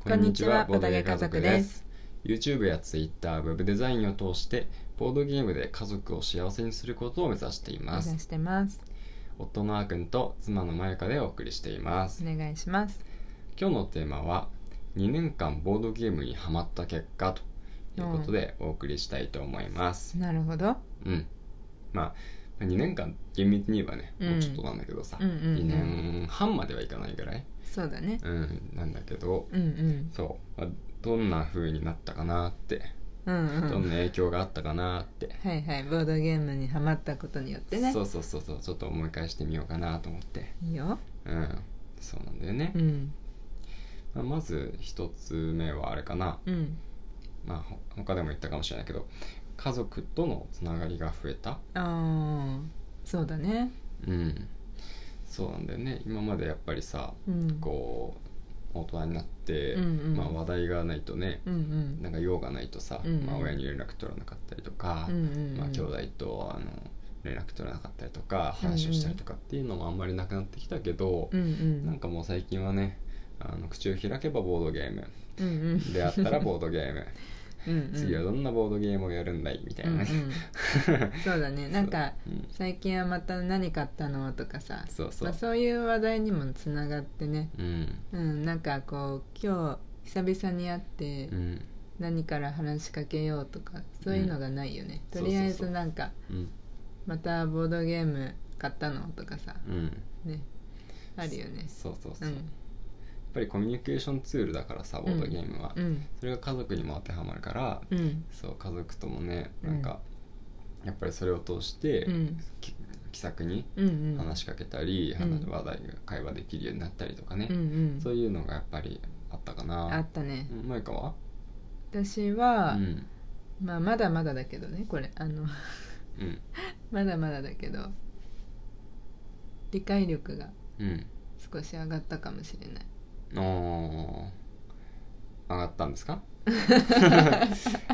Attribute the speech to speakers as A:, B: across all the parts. A: こんにちはボードゲー家族です
B: YouTube や Twitter、Web デザインを通してボードゲームで家族を幸せにすることを目指してい
A: お願
B: ま
A: い
B: す
A: してます
B: 夫のあーくんと妻のまゆかでお送りしています
A: お願いします
B: 今日のテーマは2年間ボードゲームにハマった結果ということでお送りしたいと思います
A: なるほど
B: うんまあ2年間厳密に言えばね、
A: うん
B: もうちょっとなんだけどさ、
A: うんうんうん
B: 2年半まではいかないぐらい、
A: そうだね
B: うん、なんだけど
A: うんうん
B: そう、まあどんな風になったかなって
A: うんう
B: どん
A: ん
B: な影響があったかなって、
A: はいはいボードゲームにハマったことによってね
B: そうそうそうそうちょっと思い返してみようかなと思って
A: いいよ
B: うんそうなんだよね
A: う、ん
B: まあまず一つ目はあれかな、
A: うん
B: まあ、ほ他でも言ったかもしれないけど家族とのつながりが増えた
A: ああそうだね
B: うんそうなんだよね今までやっぱりさ
A: うん
B: こう大人になって、
A: うんうん
B: まあ、話題がないとね
A: うんうん
B: なんか用がないとさ、
A: うんうん
B: まあ、親に連絡取らなかったりとか、
A: うんうんうん
B: まあ、兄弟とあの連絡取らなかったりとか話をしたりとかっていうのもあんまりなくなってきたけど、
A: うんうん
B: なんかもう最近はねあの口を開けばボードゲーム
A: うんうん
B: 出会ったらボードゲーム
A: うんうん
B: 次はどんなボードゲームをやるんだいみたいなね、
A: うんうんそうだ ねなんか
B: うん
A: 最近はまた何買ったのとかさ
B: そうそ
A: まあ、
B: う、
A: そういう話題にもつながってね、
B: うん
A: うん、なんかこう今日久々に会って
B: うん
A: 何から話しかけようとかそういうのがないよね、
B: うん
A: とりあ
B: そうそ
A: え
B: う
A: ず
B: そう
A: なんか
B: うん
A: またボードゲーム買ったのとかさ
B: うん
A: ねあるよね
B: そうそうそうう、やっ
A: ん
B: ぱりコミュニケーションツールだからさボードゲームは、
A: うん
B: それが家族にも当てはまるから、
A: うん
B: そう家族ともね
A: うん
B: なんか、やっぱりそれを通して、
A: うん
B: き気さくに
A: うんうん
B: 話しかけたり、
A: うん
B: 話話題が会話できるようになったりとかね、
A: うんうん
B: そういうのがやっぱりあったか
A: あ
B: な
A: ったね
B: うんマイカは
A: 私
B: う
A: は、
B: ん
A: まあ、まだまだだけどねこれあの
B: うん
A: まだまだだけど理解力が
B: うん
A: 少し上がったかもしれない
B: おー上がったんです か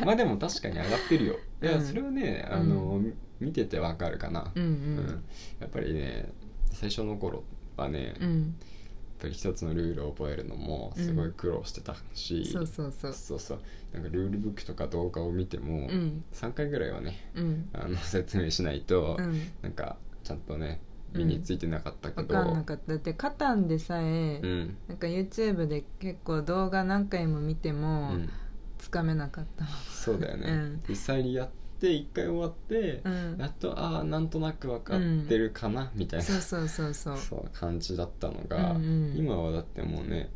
B: まあでも確かに上がってるよいや、
A: うん
B: それはねあの、み見ててわかるかな、
A: うん
B: うんやっぱりね最初の頃はね、
A: うん、う
B: やっ
A: ん
B: ぱり一つのルールを覚えるのもすごい苦労してたし、
A: そうそうそう
B: そうそうなんかルールブックとか動画を見ても、
A: うん
B: 3回ぐらいはね
A: うん
B: あの 説明しないと、
A: うん
B: なんかちゃんとね
A: うん
B: 身についてなかったけ
A: 分
B: ど、
A: かんなかっただってカタンでさえ、
B: うん
A: なんか YouTube で結構動画何回も見て
B: う
A: も
B: ん
A: つかめなかったも
B: そうだよね、
A: うん
B: 実際にやって1回終わって、
A: ん、
B: やっとああなんとなく分かってるかな、みた
A: う
B: い
A: ん、
B: な
A: そうそうそうそう
B: そう感じだったのが、
A: うんうん
B: 今はだってもうね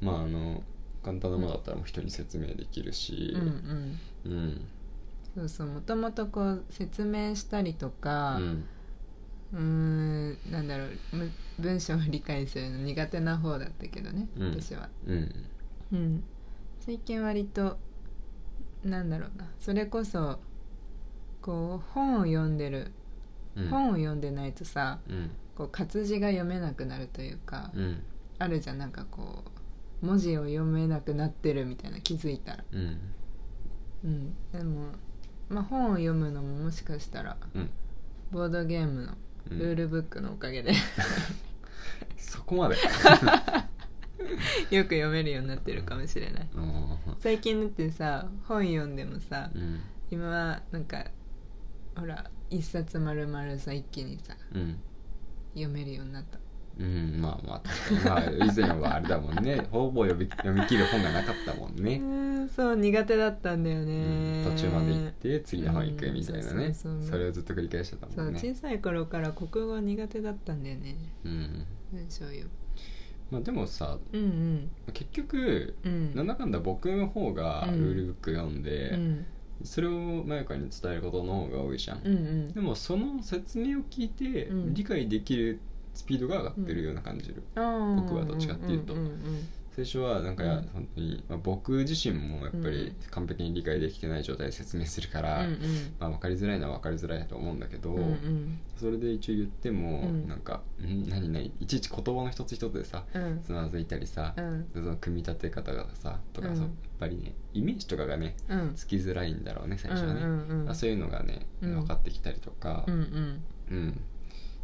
B: まああの簡単なものだったらもう人に説明できるし
A: うんうん
B: うん
A: そうそうもともとこう説明したりと
B: う
A: か
B: ん
A: うーんなんだろうむ文章を理解するの苦手な方だったけどね、
B: うん
A: 私は、
B: うん
A: うん、最近割となんだろうなそれこそこう本を読んでる
B: うん
A: 本を読んでないとさ
B: うん
A: こう活字が読めなくなるというか、
B: うん
A: あるじゃんなんかこう文字を読めなくなってるみたいな気づいたら、
B: うん
A: うん、でも、まあ、本を読むのももしかしたら
B: うん
A: ボードゲームの
B: うん
A: ルールブックのおか げで、
B: そこまで
A: よく読めるようになってるかもしれない
B: うん
A: 最近だってさ本読んでもさ
B: うん
A: 今はなんかほら一冊丸々さ一気にさ
B: うん
A: 読めるようになった
B: うん、まあまあ確かに、まあ、以前はあれだもんねほぼ読み読み切る本がなかったもん
A: う
B: ね、
A: ーんそう苦手だったんだよ
B: う
A: ね
B: ん、、途中まで行って次の本行くみたいな
A: う
B: ね
A: んそうそうそう
B: それをずっと繰り返してた
A: そ
B: も
A: うん
B: ね
A: 小さい頃から国語苦手だったんだよね
B: うん
A: 文章読む
B: まあでもさ
A: うん
B: 結局
A: うんうん
B: なんだかんだ僕の方が
A: うん
B: ルールブック読んで、
A: うん
B: それをまゆかに伝えることの方が多いじゃん、
A: うんうん
B: でもその説明を聞いて
A: うん
B: 理解できるスピードが上がってるような感じる、僕はどっちかっていうと
A: んん
B: 最初はなんか
A: うん
B: 本当に、まあ、僕自身もやっぱ
A: う
B: り
A: ん
B: 完璧に理解できてない状態で説明するか
A: うん
B: ら、
A: うん
B: まあ、分かりづらいのは分かりづらいと思うんだけど、
A: うんうん
B: それで一応言っても、
A: うん
B: なんか「ん何何?」いちいち言葉の一つ一つでさ
A: うん
B: つまずいたりさ、
A: うん
B: その組み立て方がさとかさ、
A: うん
B: やっぱりねイメージとかがね
A: うん
B: つきづらいんだろうね最初はね、
A: うんうんうん
B: あそういうのがね
A: うん
B: 分かってきたりとか
A: うんうん
B: うん、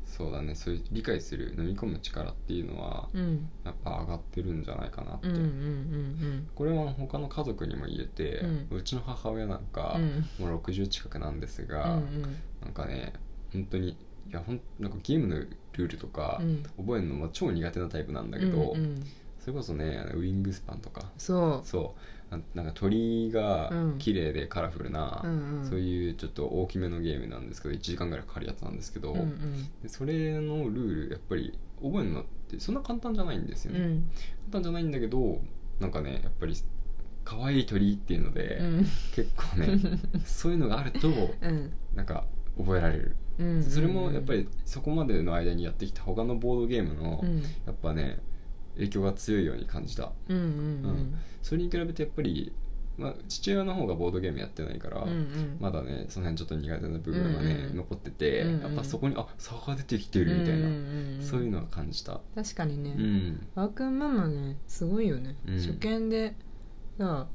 B: そうだねそういう理解する飲み込む力っていうのは
A: うん
B: やっぱ上がってるんじゃないかなって、
A: うんうんうん
B: これは他の家族にも言えて、う
A: う
B: ちの母親なんか、
A: うん
B: もう60近くなんです
A: う
B: が、
A: ん
B: なんかね本当にいやほんなんかゲームのルールとか、
A: うん
B: 覚えるのは超苦手なタイプなんだけど、
A: うんうん
B: それこそねあのウィングスパンとか
A: そ
B: そうあなんか鳥が
A: うん
B: 綺麗でカラフルな、
A: ううんうん
B: そういうちょっと大きめのゲームなんですけど1時間ぐらいかかるやつなんですけど、
A: うんうん
B: でそれのルールやっぱり覚えるのってそんな簡単じゃないんですよ
A: う
B: ね、
A: ん
B: 簡単じゃないんだけどなんかねやっぱり可愛い鳥っていうので、
A: うん
B: 結構 ねそういうのがあると
A: うん
B: なんか覚えられる、
A: うん
B: それもやっぱりそこまでの間にやってきた他のボードゲームの、
A: うん
B: やっぱね影響が強いように感じた
A: うんうん
B: それに比べてやっぱり、まあ、父親の方がボードゲームやってないから、
A: うんうん
B: まだねその辺ちょっと苦手な部分がね、
A: うんうん
B: 残ってて、
A: うんうん
B: やっぱそこにあ差が出てきてるみたいな、
A: な
B: そういうのは感じた
A: 確かにね、
B: うん
A: ワークンママねすごいよね、
B: うん
A: 初見でさ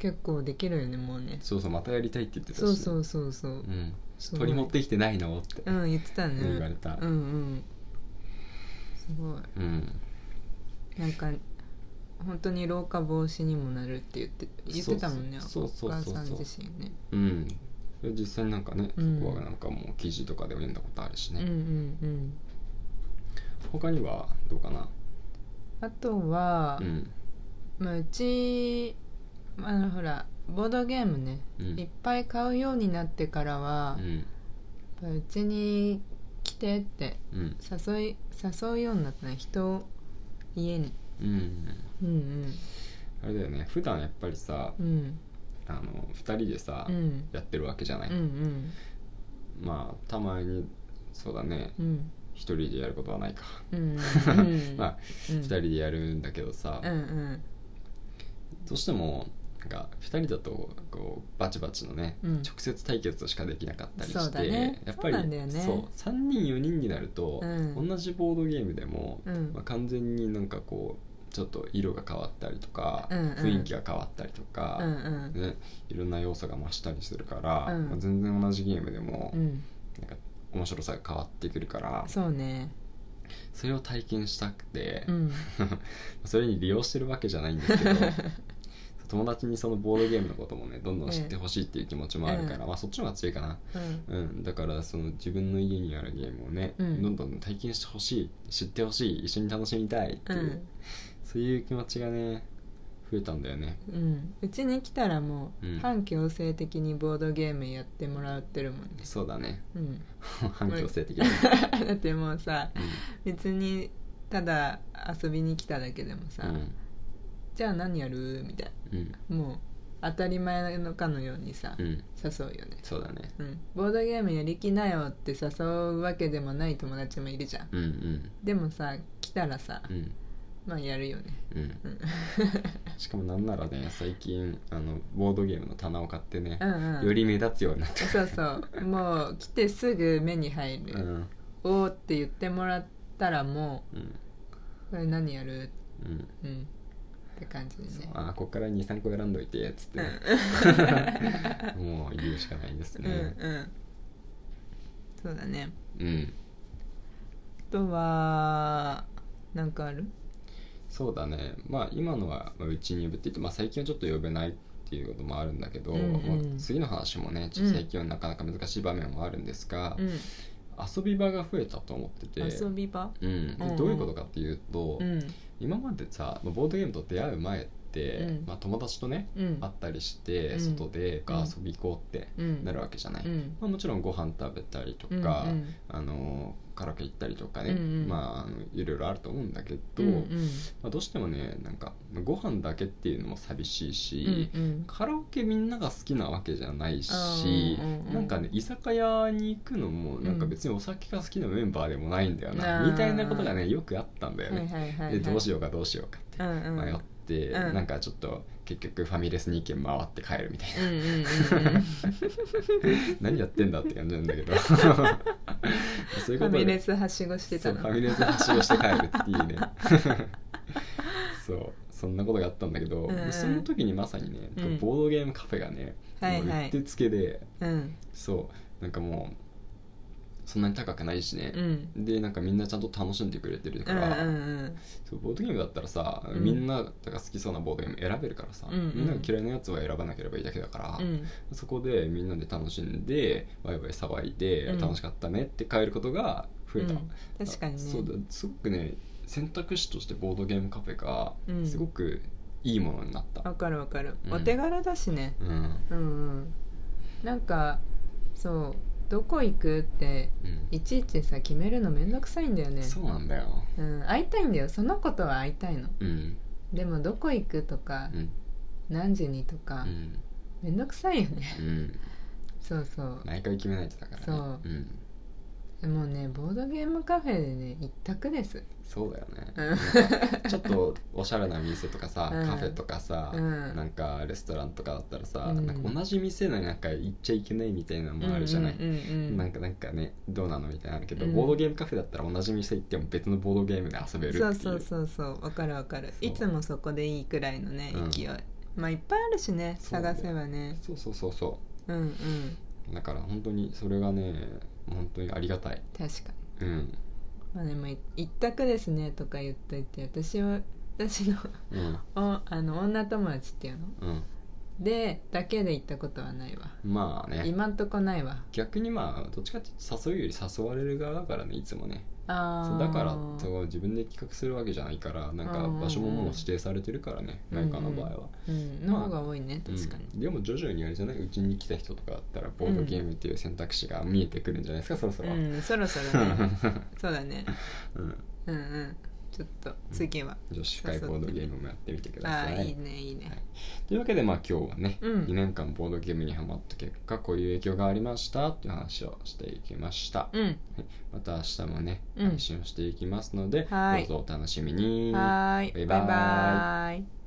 A: 結構できるよねもうね
B: そうそうまたやりたいって言ってたし
A: そうそうそうそう
B: うん、
A: すごい
B: 鳥持ってきてないのって
A: うん言ってたね
B: 言われた
A: うんうんすご
B: うん、
A: いなんか本当に老化防止にもなるって言って言ってたもんね
B: そうそう
A: お母
B: そう
A: さん
B: そう
A: 自身ね
B: うんそれ実際になんかね、
A: うん
B: そこはなんかもう記事とかでも読んだことあるし
A: うん
B: ね、
A: うんうん
B: 他にはどうかな
A: あとは、
B: うん
A: まあ、うちあのほらボードゲームね、
B: うん
A: いっぱい買うようになってからは
B: う、ん
A: やっぱうちに来てって
B: うん
A: 誘い誘うようになったね人を家に
B: うん
A: うん
B: あれだよね普段やっぱりさ
A: うんうん
B: あの2人でさ、
A: うん
B: やってるわけじゃない、
A: うんうん
B: まあたまにそうだね
A: うん
B: 1人でやることはないか、
A: うんうん
B: まあ
A: うん
B: 2人でやるんだけどさ、
A: うんうん
B: どうしてもなんか2人だとこうバチバチのね、
A: うん
B: 直接対決しかできなかったりして
A: そうだね
B: やっぱり
A: そうなんだよね
B: 3人4人になると、
A: うん
B: 同じボードゲームでも、
A: うん
B: まあ、完全になんかこうちょっと色が変わったりとか、
A: うんうん
B: 雰囲気が変わったりとか、
A: うんうん
B: ね、いろんな要素が増したりするから、
A: うん
B: まあ全然同じゲームでも、
A: うん
B: なんか面白さが変わってくるから
A: そうね
B: それを体験したくて、
A: うん
B: それに利用してるわけじゃないんです けど友達にそのボードゲームのこともねどんどん知ってほしいっていう気持ちもあるから、
A: うん
B: まあ、そっちの方が強いかな、
A: うん
B: うん、だからその自分の家にあるゲームをね、
A: うん
B: どんどん体験してほしい知ってほしい一緒に楽しみたいって
A: う
B: いう、
A: ん
B: そういう気持ちがね増えたんだよね
A: うんうちに来たらも
B: うん
A: う半強制的にボードゲームやってもらってるもんね
B: そうだね
A: うん
B: 反響性的に、
A: だってもうさ別にただ遊びに来ただけでも
B: う
A: さ
B: ん
A: じゃあ何やるみたいな
B: うん
A: もう当たり前のかのようにさ、
B: うん、うん、
A: 誘うよね、
B: そうだね
A: うん、ボードゲームやりきなよって誘うわけでもない友達もいるじゃん
B: うんうん
A: でもさ来たらさ
B: うん
A: まあやるよね
B: うん
A: うん
B: しかもなんならね最近あのボードゲームの棚を買ってね
A: う、んうん
B: より目立つようになった、
A: そうそうもう来てすぐ目に入
B: う
A: る、
B: ん
A: おおって言ってもらったらも
B: うん
A: うこれ何やる
B: うん
A: うんって感じで
B: そう
A: ね
B: あーこっから23個選んどいてっつってね、 もう言うしかないです
A: うん
B: ね
A: うんそうだね
B: うん、
A: あとはなんかある
B: そうだねまあ今のはまあうちに呼ぶって言って、まあ、最近はちょっと呼べないっていうこともあるんだけど、
A: うんうん
B: まあ次の話もねちょっと最近はなかなか難しい場面もあるんですが、
A: うん
B: 遊び場が増えたと思ってて
A: 遊び場
B: うん、
A: うんう
B: で
A: ん
B: どういうことかっていうと、
A: うん
B: 今までさまあボードゲームと出会う前って、
A: うん
B: まあ、友達とね
A: うん
B: 会ったりして、
A: うん
B: 外で
A: うん
B: 遊び行こうって
A: うん
B: なるわけじゃない、
A: うん
B: まあ、もちろんご飯食べたりとか、
A: うん
B: あのカラオケ行ったりとかね、
A: うんうん
B: まああのいろいろあると思うんだけど、
A: うんうん
B: まあ、どうしてもねなんかご飯だけっていうのも寂しいし、
A: うんうん
B: カラオケみんなが好きなわけじゃないし、
A: うんうんうん
B: なんかね居酒屋に行くのもなんか別にお酒が好きなメンバーでもないんだよな、
A: うん
B: みたいなことがねよくあったんだよね。
A: はいはいはいはい
B: でどうしようかどうしようかって
A: うんうん
B: 迷って、
A: うん
B: なんかちょっと結局ファミレスに2軒回って帰るみたいな
A: うんうん うんうん
B: 何やってんだって感じなんだけ どそういう
A: フ
B: こ
A: ァ
B: と
A: ミレ
B: で
A: スはしごして
B: そ
A: た
B: う
A: の
B: ファミレスではしごして帰るっていうね そうそんなことがあったんだけど、
A: うん
B: その時にまさにね、
A: うん
B: ボードゲームカフェがね、
A: はいはい
B: もううってつけで
A: うん
B: そうなんかもうそんなに高くないしね
A: う、ん
B: でなんかみんなちゃんと楽しんでくれてる
A: う
B: か
A: ん
B: ら、
A: うん
B: そうボードゲームだったらさ、
A: うん
B: みんなが好きそうなボードゲーム選べるからさ、
A: うんうん
B: みんなが嫌いなやつは選ばなければいいだけだから、
A: うん
B: そこでみんなで楽しんでワイワイ騒いで、
A: うん
B: 楽しかったねって帰ることが増えた、
A: うん確かにね
B: そうだすごくね選択肢としてボードゲームカフェが
A: うん
B: すごくいいものになった、
A: わかるわかる、
B: うん
A: お手柄だしね
B: うんうん
A: うんうんなんかそうどこ行くっていちいちさ決めるのめんどくさいんだよね
B: そうなんだよ
A: うん、会いたいんだよその子とは会いたいの
B: うん
A: でもどこ行くとか、
B: うん
A: 何時にと
B: う
A: か、
B: ん、
A: めんどくさいよね
B: うん、
A: そうそう
B: 毎回決めないとだからね
A: そう
B: うん、
A: もうねボードゲームカフェでね一択です
B: そうだよね、
A: うん
B: ちょっとおしゃれな店とかさ、
A: うん
B: カフェとかさ、
A: うん
B: なんかレストランとかだったらさ、
A: うん
B: なんか同じ店でなんか行っちゃいけないみたいなのもあるじゃない、
A: うんうんうん
B: なんかなんかねどうなのみたいなのあるけど、
A: うん
B: ボードゲームカフェだったら同じ店行っても別のボードゲームで遊べるっていう
A: そうそうそうそうわかるわかる
B: そう
A: いつもそこでいいくらいのね
B: うん
A: 勢い、まあいっぱいあるしね
B: そう
A: 探せばね
B: そうそうそうそ
A: うんうん
B: うだから本当にそれがね本当にありがたい
A: 確かに
B: うん
A: まあでもい一択ですねとか言っといて私は私の
B: うん
A: おあの女友達っていうの
B: うん
A: でだけで行ったことはないわ
B: まあね
A: 今んとこないわ
B: 逆にまあどっちかっていうと誘うより誘われる側だからねいつもね
A: あ
B: そう
A: ー
B: だからそう自分で企画するわけじゃないからなん
A: う
B: か
A: んうんうん
B: 場所ももう指定されてるからね
A: うんう
B: なん
A: ん
B: かの場合は、
A: うんの方が多いね確かに、
B: うんでも徐々にあれじゃないうちに来た人とかだったらボードゲームっていう選択肢が見えてくるんじゃないですか、そろそろ、
A: うんそろそろ ねそうだね
B: うん
A: うんうんちょっと次は、
B: 女子会ボードゲームもやってみてくだ
A: あ
B: さ
A: あ
B: い
A: いいねいいね、
B: はいというわけでまあ今日はね、
A: うん
B: 2年間ボードゲームにハマった結果こういう影響がありましたっていう話をしていきました、
A: うん
B: また明日もね
A: うん
B: 配信をしていきますので、
A: はい
B: どうぞお楽しみに
A: はーい
B: バイバイ
A: バイバイ